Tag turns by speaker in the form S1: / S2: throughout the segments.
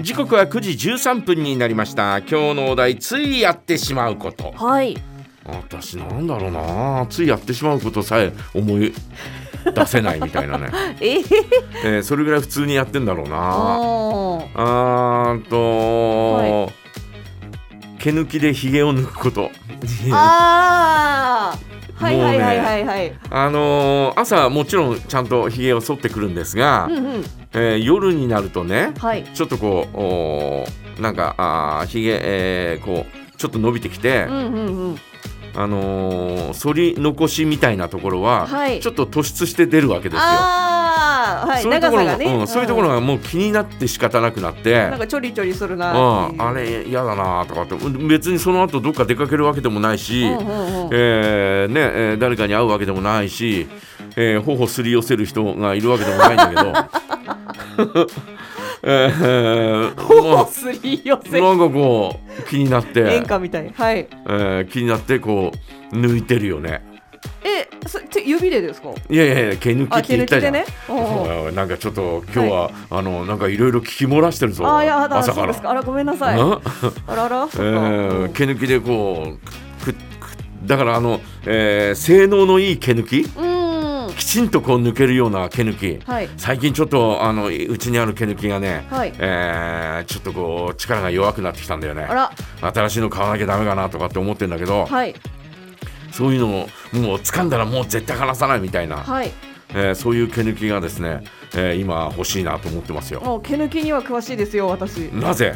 S1: 時刻は9時13分になりました今日のお題ついやってしまうこと
S2: はい。
S1: 私なんだろうなついやってしまうことさえ思い出せないみたい なね、
S2: ええ
S1: えーそれぐらい普通にやってんだろうな
S2: おー。
S1: あーんと、
S2: は
S1: 毛抜きでひげを抜くこと
S2: ああ。はい
S1: もう
S2: は
S1: ね
S2: いはいはいはい。
S1: あのー朝もちろんちゃんとひげを剃ってくるんですが、
S2: うんうん。
S1: えー夜になるとね
S2: はい。
S1: ちょっとこうおーなんかあーひげ、えーこうちょっと伸びてきて、
S2: うんうんうん。
S1: あのー剃り残しみたいなところは、
S2: はい
S1: ちょっと突出して出るわけですよ。
S2: ああ。はい。
S1: そういうと
S2: 長
S1: ころ
S2: さ
S1: が、
S2: がね。
S1: うん、そういうところがもう気になって仕方なくなって
S2: なん。かちょりちょりする
S1: う
S2: なってい
S1: ん、
S2: う。
S1: あれ嫌だなとかって別にその後どっか出かけるわけでもないし、
S2: うんうんうん。
S1: えーねえー誰かに会うわけでもないし、えー頬すり寄せる人がいるわけでもないんだけど、 えー
S2: 頬すり寄せ
S1: まあ、なんかこう気になって、
S2: 演歌みたい。はい。
S1: えー気になってこう抜いてるよね
S2: え、そ手指でですか。
S1: いやいやいや毛抜き
S2: あ、
S1: って
S2: 手
S1: 言っ
S2: 抜
S1: た
S2: き
S1: じゃ
S2: で
S1: ん、
S2: ね。お
S1: おい
S2: ー
S1: おいなんかちょっと今日は、あのなんかいろいろ聞き漏らしてるぞ
S2: あー、やだ。
S1: 朝
S2: そ
S1: か
S2: うで
S1: ら
S2: すか。あら、ごめんなさい。
S1: な
S2: あらあら。そっか
S1: え
S2: う
S1: ー
S2: ん
S1: 毛抜きでこうくくだからあの、えー性能のいい毛抜き
S2: うん。
S1: きちんとこう抜けるような毛抜き
S2: はい。
S1: 最近ちょっとあのうちにある毛抜きがね、
S2: はい
S1: えーちょっとこう力が弱くなってきたんだよね
S2: あら。
S1: 新しいの買わなきゃダメかなとかって思ってんだけど、
S2: はい。
S1: そういうのをもう掴んだらもう絶対離さないみたいな、
S2: はい。
S1: えーそういう毛抜きがですね、えー今欲しいなと思ってますよ。
S2: もう毛抜きには詳しいですよ、私。
S1: なぜ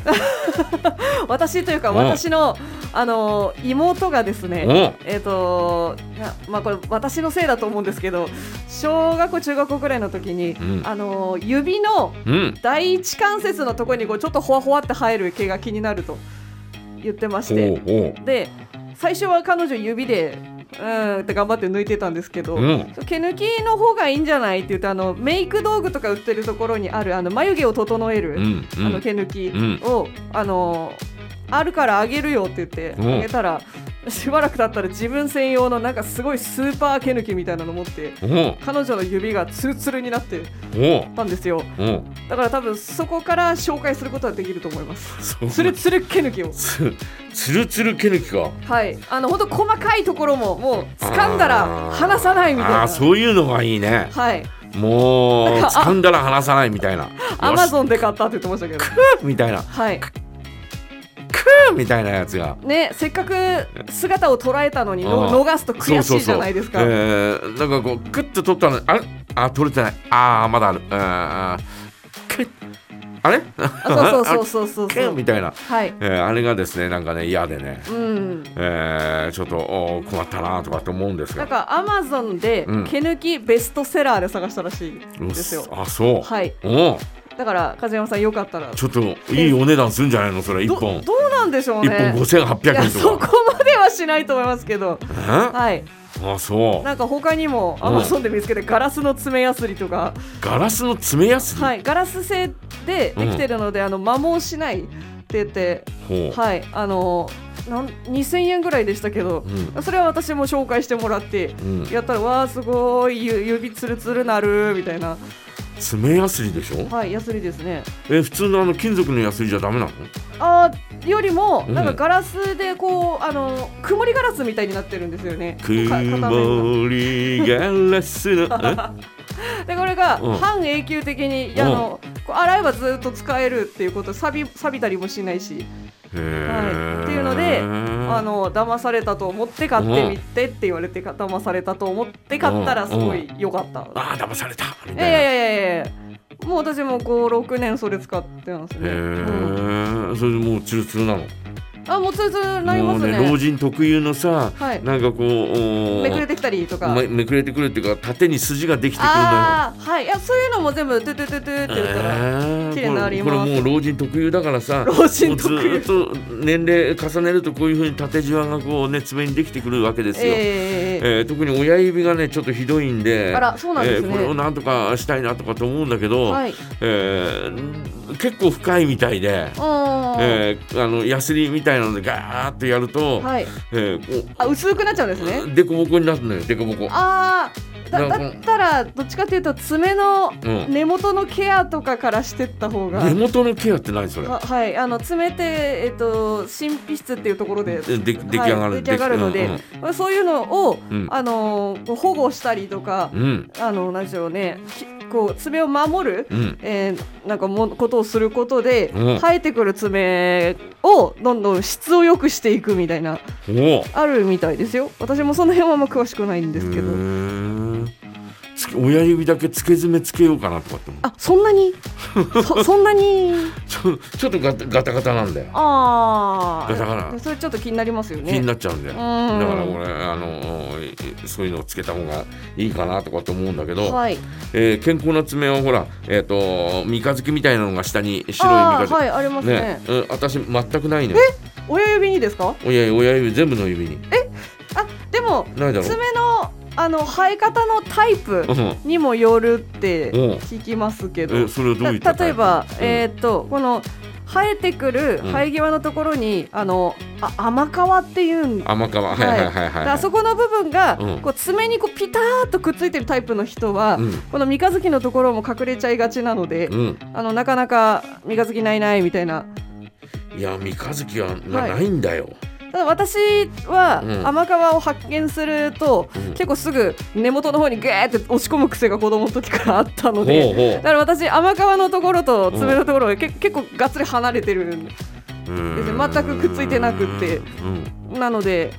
S2: 私というか
S1: うん
S2: 私の、あの妹がですね、
S1: う
S2: えっ、といやまあこれ私のせいだと思うんですけど小学校中学校くらいの時に、
S1: うん
S2: あの指の
S1: うん
S2: 第一関節のところにこうちょっとほわほわって生える毛が気になると言ってまし
S1: お
S2: て
S1: うおう
S2: で最初は彼女指でうーんって頑張って抜いてたんですけど、
S1: うん
S2: 毛抜きの方がいいんじゃないって言ってあのメイク道具とか売ってるところにあるあの眉毛を整える。
S1: うんう
S2: あの
S1: ん
S2: 毛抜きを、あのあるからあげるよって言って
S1: うん
S2: あげたら、しばらく経ったら自分専用のなんかすごいスーパー毛抜きみたいなの持って
S1: おう
S2: 彼女の指がツルツルになって
S1: おう
S2: たんですよ
S1: おう
S2: だから多分そこから紹介することはできると思います
S1: そう
S2: ツルツル毛抜きを
S1: つつるつる毛抜きか
S2: はいあのほんと細かいところももう掴んだら離さないみたい
S1: あー
S2: な
S1: そういうのがいいね
S2: はい
S1: もう
S2: なんかあ
S1: 掴んだら離さないみたいな
S2: アマ
S1: ン
S2: ゾンで買ったって言ってましたけど
S1: みたいな
S2: はい
S1: クーみたいなやつが
S2: ねせっかく姿を捉えたのにの
S1: あー
S2: 逃すと悔しいじゃないですか
S1: そうそうそうえー、なんかこうクッと取ったのにあれあ取れてないあーまだあるあークッあれ
S2: あそうそうそうそう
S1: ク
S2: そうそ
S1: ッ
S2: う
S1: み。たいな、
S2: はい。
S1: えー、あれがですねなんかね嫌でね
S2: うん。
S1: えー、ちょっとおー困ったなとかって思うんです
S2: なん
S1: が
S2: かアマゾンで
S1: うん
S2: 毛抜きベストセラーで探したらしいですよ。
S1: あそう、
S2: はい。
S1: おう
S2: だから風山さんよかったら。
S1: ちょっといいお値段するんじゃないのそれ一
S2: ど
S1: 本
S2: どうなんでしょう
S1: 一
S2: ね
S1: 本。5800
S2: いや
S1: 円
S2: そ
S1: とか
S2: こまではしないと思いますけど。
S1: え
S2: はい。
S1: あそう
S2: なんか他にも
S1: うん
S2: アマゾンで見つけてガラスの爪やすりとか、
S1: ガラスの爪やすり、
S2: はい。ガラス製でできてるので、あの摩耗しないって言って、
S1: ほう
S2: はい。あのなん2000円ぐらいでしたけど
S1: う、ん
S2: それは私も紹介してもらって。
S1: うん、
S2: やったらわあすごいゆ指つるつるなるみたいな
S1: 爪やすりでしょ
S2: はいヤスリですね
S1: え普通のあの金属のやすりじゃダメなの
S2: あーよりも
S1: うん
S2: なんかガラスでこうあの曇りガラスみたいになってるんですよねか片面が
S1: 曇りガラス のえ
S2: でこれが
S1: うん
S2: 半永久的に、
S1: うん
S2: あのこう洗えばずっと使えるっていうこと錆び錆びたりもしないし
S1: へー
S2: はいっていうのであの騙されたと思って買ってみてって言われてか騙されたと思って買ったらすごい良かった、
S1: あー騙されたみ
S2: い
S1: たい
S2: やい
S1: な
S2: やいやいやいやもう私も56年それ使ってますね、
S1: へ
S2: うん
S1: ーそれでもうツルツルなの
S2: あもうツルツルなりますね
S1: もうね老人特有のさ、
S2: はい
S1: なんかこうお
S2: めくれてきたりとか
S1: めめくれてくるっていうか縦に筋ができてくるのよ
S2: ああはいいやそういうのも全部トゥトゥトゥトゥって言ったら、
S1: えー
S2: 綺麗になります
S1: これこれもう老人特有だからさ
S2: 老人特有
S1: もうずーっと年齢重ねるとこういうふうに縦じわがこうね爪にできてくるわけですよ、え
S2: えー、えー
S1: ー特に親指がねちょっとひどいんで
S2: あらそうなんですね
S1: えーこれをなんとかしたいなとかと思うんだけど、
S2: はい
S1: えー結構深いみたいで、
S2: うん、
S1: えーあのヤスリみたいなのでガーッとやると、
S2: はい
S1: えーこう
S2: あ薄くなっちゃうんですね
S1: デコボコになるのよデコボコ
S2: ああだ
S1: な
S2: だ
S1: んか
S2: ったらどっちかというと爪の
S1: うん
S2: 根元のケアとかからしてった方が
S1: 根元のケアって何それ
S2: ははいあの爪ってえっと神秘質っていうところで
S1: でで出来上が
S2: は
S1: る
S2: い出来上がるのでそういうのを
S1: うん
S2: あのこう保護したりとか
S1: うんうん
S2: あの何でしょうねきこう爪を守る
S1: うん
S2: えーなんかもことをすることで、
S1: うん
S2: 生えてくる爪をどんどん質を良くしていくみたいな
S1: うんおお
S2: あるみたいですよ私もその辺はあんま詳しくないんですけ
S1: へ
S2: ど
S1: ーつけ親指だけ付け爪つけようかなとかって思う
S2: あそんなに そそんなに
S1: ちょちょっとガタガタガタなんだよ
S2: あ
S1: だから
S2: あそれちょっと気になりますよね
S1: 気になっちゃうんだよ、
S2: うん
S1: だから俺あのいそういうのをつけた方がいいかなとかと思うんだけど、
S2: はい
S1: えー健康な爪はほら、えっと三日月みたいなのが下に白い三日
S2: ああ
S1: 月、
S2: はいありますね
S1: ねうん私全くないのよ
S2: 親指にですか
S1: 親指親指全部の指に
S2: あでも
S1: ないだろ
S2: 爪のあの生え方のタイプ
S1: うん
S2: にもよるって
S1: うん
S2: 聞きますけど
S1: えそれはどういった
S2: た例えば、
S1: うん
S2: えーっとこの生えてくる
S1: うん
S2: 生え際のところに、あのあ甘皮っていうんだ
S1: 甘皮はいはいはいはい、は
S2: か
S1: い、
S2: らそこの部分が、
S1: うん
S2: こう爪にこうピターっとくっついてるタイプの人は、
S1: うん
S2: この三日月のところも隠れちゃいがちなので、
S1: うん
S2: あのなかなか三日月ないないみたいない
S1: や三日月はな,、
S2: はい
S1: いんだよ、
S2: ただ私は、
S1: うん
S2: 甘皮を発見すると、
S1: うん
S2: 結構すぐ根元の方にグーって押し込む癖が子供の時からあったので。
S1: ほうほ
S2: だから私甘皮のところと爪のところがけ結構がっつり離れてるんで
S1: ううん
S2: 全くくっついてなくって
S1: うん
S2: なので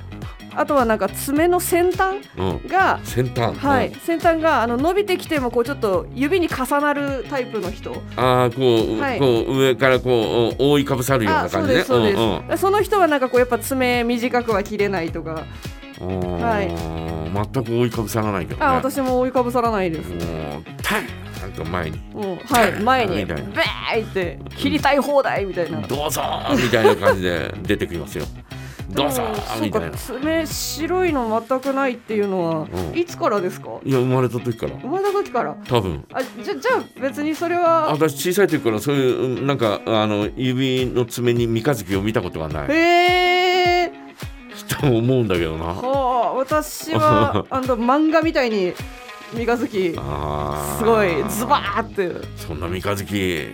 S2: あとはなんか爪の先端
S1: うん
S2: が、
S1: 先端
S2: はい、
S1: うん
S2: 先端があの伸びてきてもこうちょっと指に重なるタイプの人
S1: ああこう、
S2: はい
S1: こう上からこうお覆いかぶさるような
S2: あそ
S1: 感
S2: う
S1: じ
S2: で
S1: ね
S2: すそうです、
S1: んん
S2: その人はなんかこうやっぱ爪短くは切れないとかは
S1: はい、全く覆いかぶさらないけどね
S2: あ私も覆いかぶさらないです、
S1: もうタンなんと前に
S2: もうはい前に
S1: み
S2: ベ
S1: たいな
S2: ーって切りたい放題みたいな。
S1: どうぞーみたいな感じで出てきますよどうぞ
S2: でも
S1: ー
S2: そう
S1: みた
S2: か
S1: いな
S2: 爪白いの全くないっていうのは、
S1: うん
S2: いつからですか
S1: いや生まれた時から
S2: 生まれた時から
S1: 多分
S2: あじゃじゃあ別にそれは
S1: 私小さい時からそういううんなんかあの指の爪に三日月を見たことがない
S2: へえ
S1: と思うんだけどな
S2: はあ私 はあの漫画みたいに三日月
S1: あー
S2: すごいズバーって
S1: そんな三日月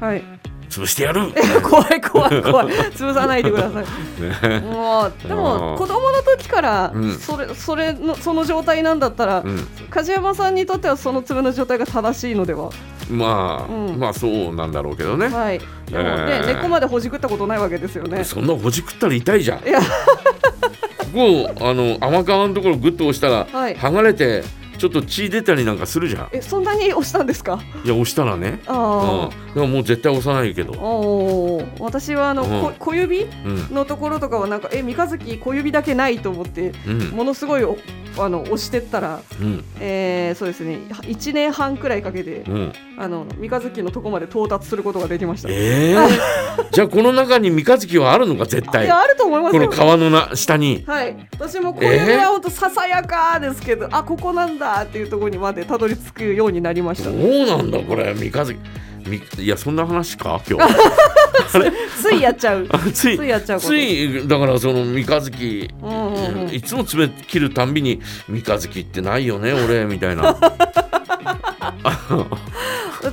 S2: はい
S1: 潰してやるね
S2: 怖い怖 い怖い潰さないでくださいもうで
S1: うん
S2: も子供の時から
S1: うん
S2: それそれのその状態なんだったら
S1: うん
S2: 梶山さんにとってはその爪の状態が正しいのでは
S1: まあ、
S2: うん
S1: まあそうなんだろうけどね、
S2: はいでも
S1: え
S2: ね
S1: ー
S2: 根っこまでほじくったことないわけですよね
S1: そんなほじくったら痛いじゃん
S2: いや
S1: こうあの甘皮のところグッと押したら、
S2: はい
S1: 剥がれてちょっと血出たりなんかするじゃん
S2: えそんなに押したんですか
S1: いや押したらね
S2: ああ
S1: うん、でももう絶対押さないけど、
S2: おー私はあの、
S1: うん
S2: こ小指
S1: うん
S2: のところとかはなんかえ三日月小指だけないと思って
S1: うん
S2: ものすごいおあの押してったら、
S1: うん
S2: えーそうですね1年半くらいかけて
S1: うん、
S2: あの三日月のとこまで到達することができました。い
S1: えー、じゃあこの中に三日月はあるのか絶対
S2: やあると思います
S1: この
S2: よ
S1: 皮。のな下に
S2: はい、私も小指は本当ささやかですけど、あここなんだっていうところにまでたどり着くようになりまし
S1: そ
S2: た。
S1: うなんだこれ三日月みいやそんな話か今日
S2: ついやっちゃう。
S1: つい
S2: ついやっちゃうこと。
S1: ついだからその三日月
S2: うんうんうん。
S1: いつも爪切るたんびに「三日月ってないよね俺」みたいな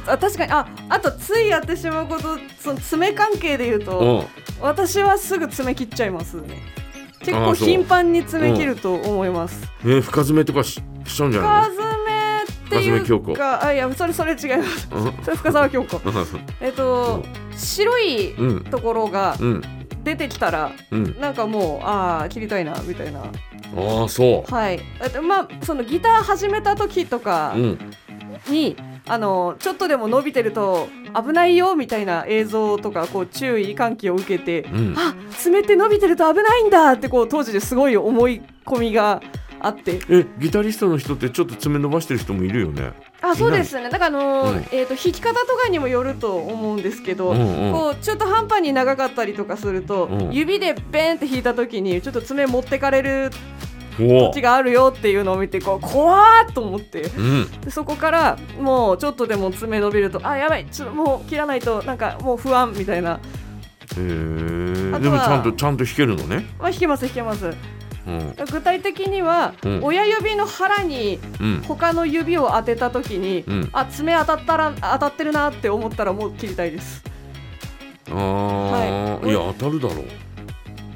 S2: あ確かにああとついやってしまうことその爪関係で言うと、
S1: うん
S2: 私はすぐ爪切っちゃいますね結
S1: あ
S2: 構
S1: ーそう
S2: 頻繁に爪切ると思います
S1: え深爪とかししちゃうんじゃな
S2: 深
S1: い
S2: 爪って
S1: 深
S2: い
S1: 爪京
S2: う
S1: 子
S2: かあいやそれそれ違います
S1: のうん
S2: それ深沢京子えっと白い
S1: うん
S2: ところが
S1: うん
S2: 出てきたら
S1: うん
S2: なんかもうああ切りたいなみたいな
S1: ああそ
S2: はいあとまあそのギター始めた時とか
S1: ううん
S2: に、あのちょっとでも伸びてると危ないよみたいな映像とかこう注意喚起を受けて、
S1: うん
S2: あ爪って伸びてると危ないんだってこう当時ですごい思い込みがあって
S1: えギタリストの人ってちょっと爪伸ばしてる人もいるよね
S2: あそうですねだからあのー
S1: うん
S2: えー、と弾き方とかにもよると思うんですけど、
S1: うんうん
S2: こう中途半端に長かったりとかすると、
S1: うん
S2: 指でベンって弾いた時にちょっと爪持ってかれる
S1: おお
S2: 時があるよっていうのを見てこう怖ーっと思って。
S1: うん
S2: でそこからもうちょっとでも爪伸びるとあやばいちょっともう切らないとなんかもう不安みたい
S1: へ
S2: な
S1: え
S2: あ
S1: で
S2: と
S1: も
S2: は
S1: ちゃんとちゃんと弾けるのね
S2: まあ引けます引けます
S1: ううん
S3: 具体的には、
S1: うん
S3: 親指の腹に
S1: うん
S3: 他の指を当てた時に、
S1: うん
S3: あ爪当たったら当たってるなって思ったらもう切りたいです
S1: あー、
S3: はい
S1: い、や当たるだろう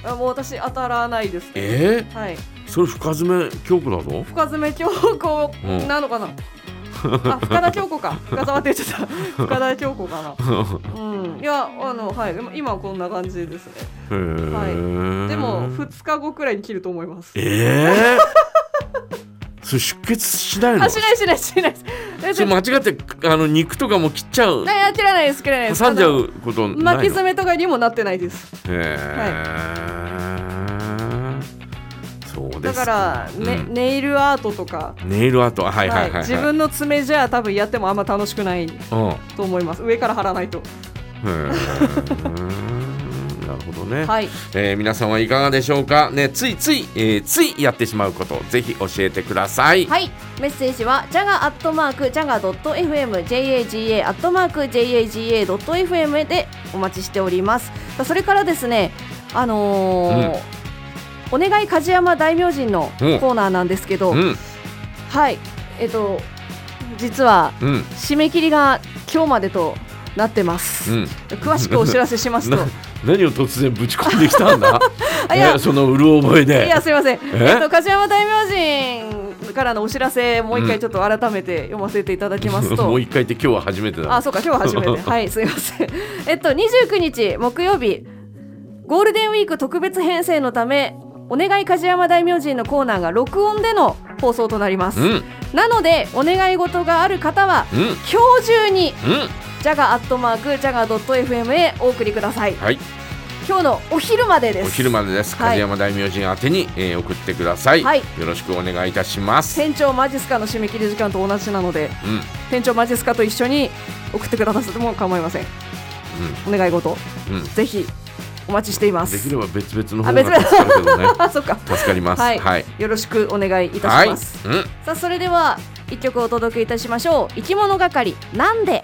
S3: あもう私当たらないですね
S1: え
S3: はい
S1: ー、それ深爪教区だぞ
S3: 深爪京子なのかな、あ深田京子か深沢って言っちゃった深田京子かなうんいやあのはいでも今はこんな感じですね
S1: へー
S3: でも2日後くらいに切ると思います
S1: ええ それ出血しないの
S3: あしないしないしないですえ
S1: そ
S3: で
S1: れ
S3: も
S1: 間違ってあの肉とかも切っちゃう
S3: いや切らないです切らないです
S1: 挟んじゃ
S3: あの
S1: うことないの
S3: 巻き爪とかにもなってないです
S1: へえ、そうで
S3: だ
S1: す
S3: から、ね
S1: うん
S3: ネイルアートとか、
S1: ネイルアートはいはいはい、はい、
S3: 自分の爪じゃ多分やってもあんま楽しくない
S1: うんへ
S3: と思います上から貼らないと
S1: えなるほど ね、
S3: はい
S1: えー皆さんはいかがでしょうかねついつい、えーついやってしまうことぜひ教えてください、
S2: はい、メッセージは jaga.jaga.fm、jaga.jaga.fm でお待ちしております。それからですね、あのーお願い梶山大明神のコ
S1: うん
S2: ーナーなんですけど、
S1: うん
S2: はい、えっと、実は
S1: うん
S2: 締め切りが今日までとなってます。
S1: うん
S2: 詳しくお知らせしますと
S1: な。何を突然ぶち込んできたんだ
S2: あいや
S1: ねそのうる覚えで
S2: いや、すいません。
S1: え
S2: えっと、梶山大明神からのお知らせ、もう一回ちょっと改めて読ませていただきますと。
S1: もう一回って今日は初めてだ
S2: あ、そうか、今日初めて。はい、すいません。えっと、29日木曜日、ゴールデンウィーク特別編成のため、お願い梶山大明神のコーナーが録音での放送となります。
S1: うんうん
S2: なので、お願い事がある方は、今日中に
S1: うん
S2: jaga.jaga.fm へお送りください。
S1: はい
S2: 今日のお昼までです。
S1: お昼までです
S2: はい
S1: 梶山大明神宛てに、えー送ってください、
S2: はい
S1: よろしくお願いいたします
S2: 店長マジスカの締め切り時間と同じなので、
S1: うん
S2: 店長マジスカと一緒に送ってくださっても構いません。お願い事、
S1: うん
S2: ぜひお待ちしています。
S1: できれば別々の
S2: あ
S1: 方
S2: 別
S1: が
S2: 々
S1: 助かるけどね
S2: あ、そっか。
S1: 助かります
S2: はい
S1: はい
S2: よろしくお願いいたし
S1: はい
S2: ます。
S1: うん
S2: さあ、それでは一曲お届けいたしましょう。生き物係なんで。